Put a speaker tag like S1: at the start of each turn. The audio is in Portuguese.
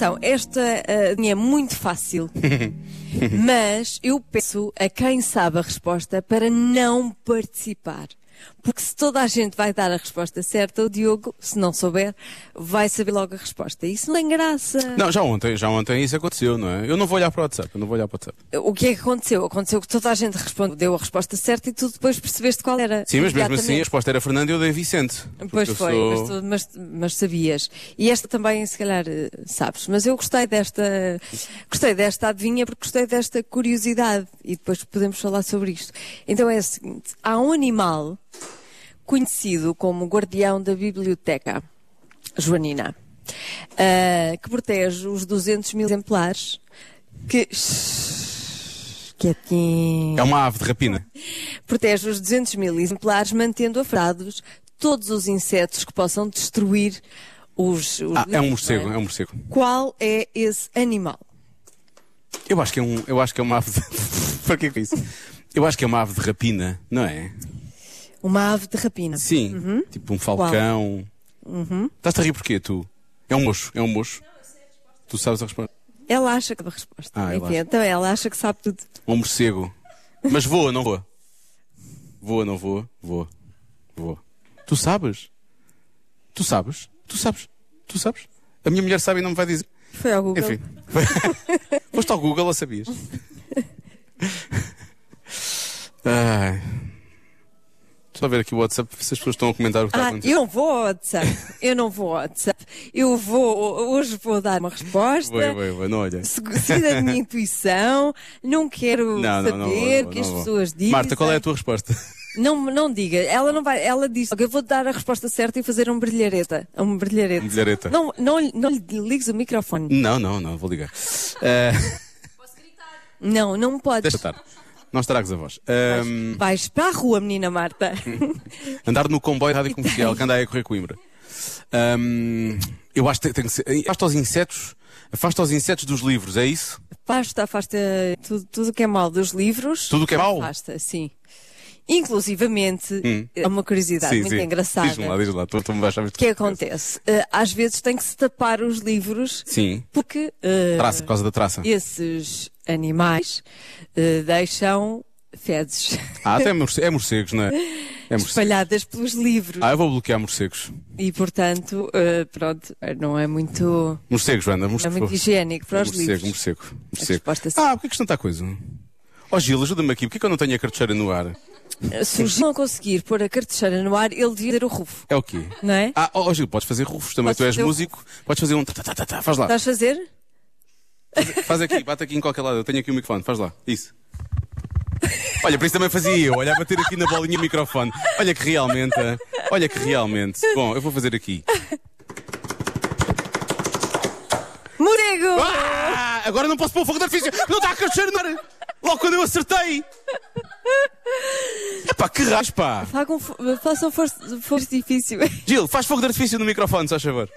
S1: Atenção, esta ah, é muito fácil, mas eu peço a quem sabe a resposta para não participar. Porque se toda a gente vai dar a resposta certa, o Diogo, se não souber, vai saber logo a resposta. Isso não tem graça.
S2: Não, já ontem, já ontem isso aconteceu, não é? Eu não vou olhar para o WhatsApp, eu não vou olhar para o WhatsApp.
S1: O que é que aconteceu? Aconteceu que toda a gente respondeu a resposta certa e tu depois percebeste qual era.
S2: Sim, mas mesmo assim a
S1: Exatamente.
S2: resposta era Fernando e eu dei Vicente. Porque
S1: Pois
S2: eu
S1: foi,
S2: sou-
S1: mas, tu- mas- mas sabias. E esta também, se calhar, eh, sabes. Mas eu gostei desta, gostei desta adivinha porque gostei desta curiosidade. E depois podemos falar sobre isto. Então é o seguinte: há um animal conhecido como guardião da biblioteca, Joanina, ah, que protege os 200 mil exemplares que. Shhh, Quietinho
S2: É uma ave de rapina.
S1: protege os 200 mil exemplares, mantendo afrados todos os insetos que possam destruir os. os
S2: Ah, é um
S1: livros,
S2: morcego,
S1: não
S2: é um morcego.
S1: Qual é esse animal?
S2: Eu acho que é um, eu acho que é uma ave. De... para que é que é isso? Eu acho que é uma ave de rapina, não é?
S1: Uma ave de rapina.
S2: Sim,
S1: Uhum.
S2: tipo um falcão. Estás-te a rir porquê, tu? É um mocho, é um mocho. Tu sabes a resposta.
S1: Ela acha que a resposta.
S2: Ah, eu
S1: Enfim,
S2: acho.
S1: então ela acha que sabe tudo.
S2: Um morcego. Mas voa, não voa? Voa, não voa? Voa. Voa. Tu sabes? Tu sabes? Tu sabes? Tu sabes? A minha mulher sabe e não me vai dizer.
S1: Foi ao Google.
S2: Enfim. Foste ao Google ou sabias? Ai. Deixa eu ver aqui o WhatsApp, ver se as pessoas estão a comentar o que está a
S1: Ah,
S2: acontecer.
S1: eu não vou ao WhatsApp. Eu não vou ao WhatsApp. Eu vou, hoje vou dar uma resposta.
S2: Vai, vai, vai, não olha.
S1: Segu- Seguida da minha intuição, não quero
S2: Não,
S1: saber
S2: não, não.
S1: o
S2: vou,
S1: que
S2: não
S1: as
S2: vou.
S1: pessoas dizem.
S2: Marta, qual é a tua resposta?
S1: Não, não diga, ela não vai, ela diz, "Ok, eu vou dar a resposta certa e fazer um brilhareta, um brilhareta.
S2: Um brilharete.
S1: Não, não, lhe- não lhe ligues o microfone.
S2: Não, não, não, vou ligar. Eh,
S1: Não, não podes.
S2: deixa estar. Não estragues a voz. Ahm,
S1: Vais para a rua, menina Marta.
S2: Andar no comboio da rádio comercial, que anda aí a correr Coimbra. Hum, eu acho que tem que ser. Afasta os insetos. Afasta os insetos dos livros, é isso?
S1: Afasta, afasta tudo, tudo o que é mal dos livros.
S2: Tudo o que é mau?
S1: Afasta, sim. Inclusivamente,
S2: Hum.
S1: é uma curiosidade muito engraçada.
S2: Diz-me lá, diz-me lá. Tu, tu me vais saber.
S1: O que acontece? Eh, às vezes tem que se tapar os livros
S2: Sim.
S1: porque eh,
S2: Traça, por causa da traça.
S1: esses animais eh, deixam fezes.
S2: Ah, até morce- é morcegos, não é? É morcegos.
S1: espalhadas pelos livros.
S2: Ah, eu vou bloquear morcegos.
S1: E, portanto, eh, pronto, eh, não é muito,
S2: Morcegos, Joana,
S1: não é
S2: morcego.
S1: muito higiênico para os
S2: morcego,
S1: livros.
S2: morcego, morcego.
S1: resposta é sim.
S2: Ah, porquê que isto não está coisa? Ó Gil, ajuda-me aqui. Porquê que eu não tenho a cartucheira no ar? Ah,
S1: Eh, Se o Gil não conseguir pôr a cartucheira no ar, ele devia ter o rufo,
S2: É o quê?
S1: não é?
S2: Ah, ó Gil, podes fazer rufos também.
S1: Posso
S2: tu és
S1: fazer o-
S2: músico, podes fazer um. tá, tá, tá, tá, tá, Faz lá.
S1: Estás a fazer?
S2: Faz aqui, bate aqui em qualquer lado. Eu tenho aqui o microfone, faz lá. Isso. Olha, por isso também fazia eu. Olha, a bater aqui na bolinha o microfone. Olha que realmente. ah, Olha que realmente. Bom, eu vou fazer aqui.
S1: Morego!
S2: Ah, agora não posso pôr o fogo de artifício. Não está a crescer, não era? Logo quando eu acertei. Epá, que raspa.
S1: Façam, fo- façam força, força difícil.
S2: Gil, faz fogo de artifício no microfone, se faz favor.